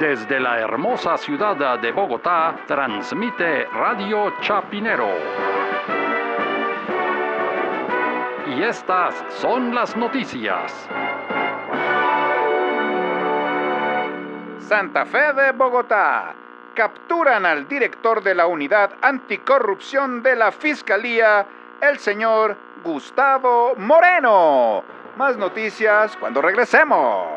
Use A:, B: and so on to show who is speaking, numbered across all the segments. A: Desde la hermosa ciudad de Bogotá, transmite Radio Chapinero. Y estas son las noticias.
B: Santa Fe de Bogotá. Capturan al director de la unidad anticorrupción de la Fiscalía, el señor Gustavo Moreno. Más noticias cuando regresemos.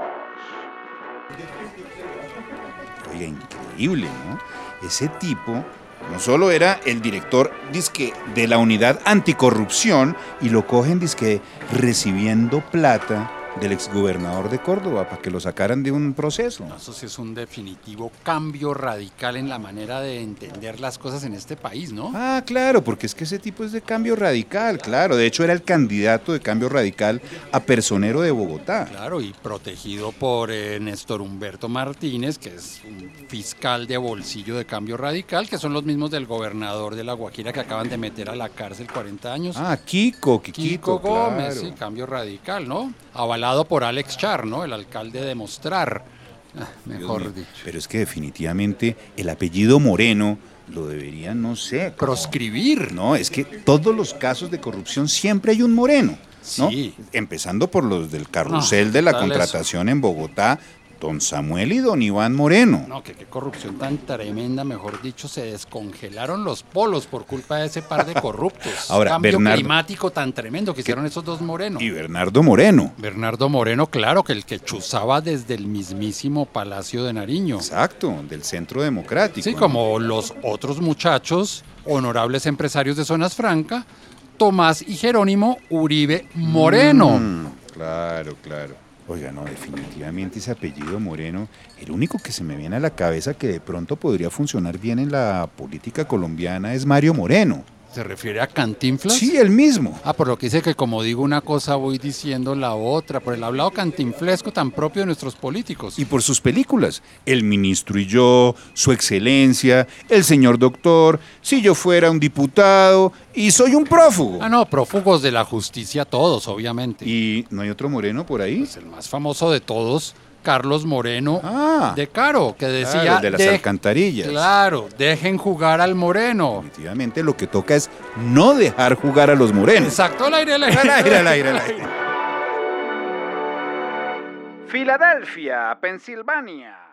C: Oiga, increíble, ¿no? Ese tipo no solo era el director disque, de la unidad anticorrupción y lo cogen disque, recibiendo plata del exgobernador de Córdoba para que lo sacaran de un proceso.
D: No, Eso sí es un definitivo cambio radical en la manera de entender las cosas en este país, ¿no?
C: Ah, claro, porque es que ese Este tipo es de cambio radical, claro. De hecho, era el candidato de cambio radical a personero de Bogotá.
D: Claro, y protegido por eh, Néstor Humberto Martínez, que es un fiscal de bolsillo de cambio radical, que son los mismos del gobernador de La Guajira que acaban de meter a la cárcel 40 años.
C: Ah, Kiko, Kikito,
D: Kiko Gómez,
C: claro.
D: sí, cambio radical, ¿no? Avalado por Alex Char, ¿no? El alcalde de Mostrar, Ah, mejor dicho.
C: Pero es que definitivamente el apellido Moreno lo deberían, no sé, como-
D: Proscribir, ¿no?
C: No, es que todos los casos de corrupción siempre hay un moreno, ¿no?
D: Sí.
C: Empezando por los del carrusel de la
D: tal eso.
C: contratación en Bogotá, don Samuel y don Iván Moreno.
D: No, que qué corrupción tan tremenda, mejor dicho, se descongelaron los polos por culpa de ese par de corruptos.
C: Ahora,
D: Cambio
C: Bernardo-
D: climático tan tremendo que hicieron esos dos morenos.
C: Y Bernardo Moreno.
D: Bernardo Moreno, claro, que el que chuzaba desde el mismísimo Palacio de Nariño.
C: Exacto, del Centro Democrático.
D: Sí,
C: ¿no?
D: como los otros muchachos, honorables empresarios de Zonas Franca, Tomás y Jerónimo Uribe Moreno.
C: Mm, claro, claro. Oiga, no, definitivamente ese apellido Moreno, el único que se me viene a la cabeza que de pronto podría funcionar bien en la política colombiana es Mario Moreno.
D: ¿Se refiere a Cantinflas?
C: Sí, el mismo.
D: Ah, por lo que dice que como digo una cosa voy diciendo la otra, por el hablado cantinflesco tan propio de nuestros políticos.
C: y por sus películas. El ministro y yo, Su Excelencia, El señor Doctor, Si yo fuera un diputado y soy un prófugo.
D: Ah, no, prófugos de la justicia todos, obviamente.
C: ¿Y no hay otro moreno por ahí?
D: Pues el más famoso de todos, Carlos Moreno
C: Ah,
D: de Caro, que decía...
C: claro, Ah, el de las
D: "Dej-
C: alcantarillas.
D: Claro, dejen jugar al Moreno.
C: Definitivamente lo que toca es no dejar jugar a los morenos.
D: Exacto, al aire, al aire.
C: Al aire, al aire, al aire.
B: Filadelfia, Pensilvania.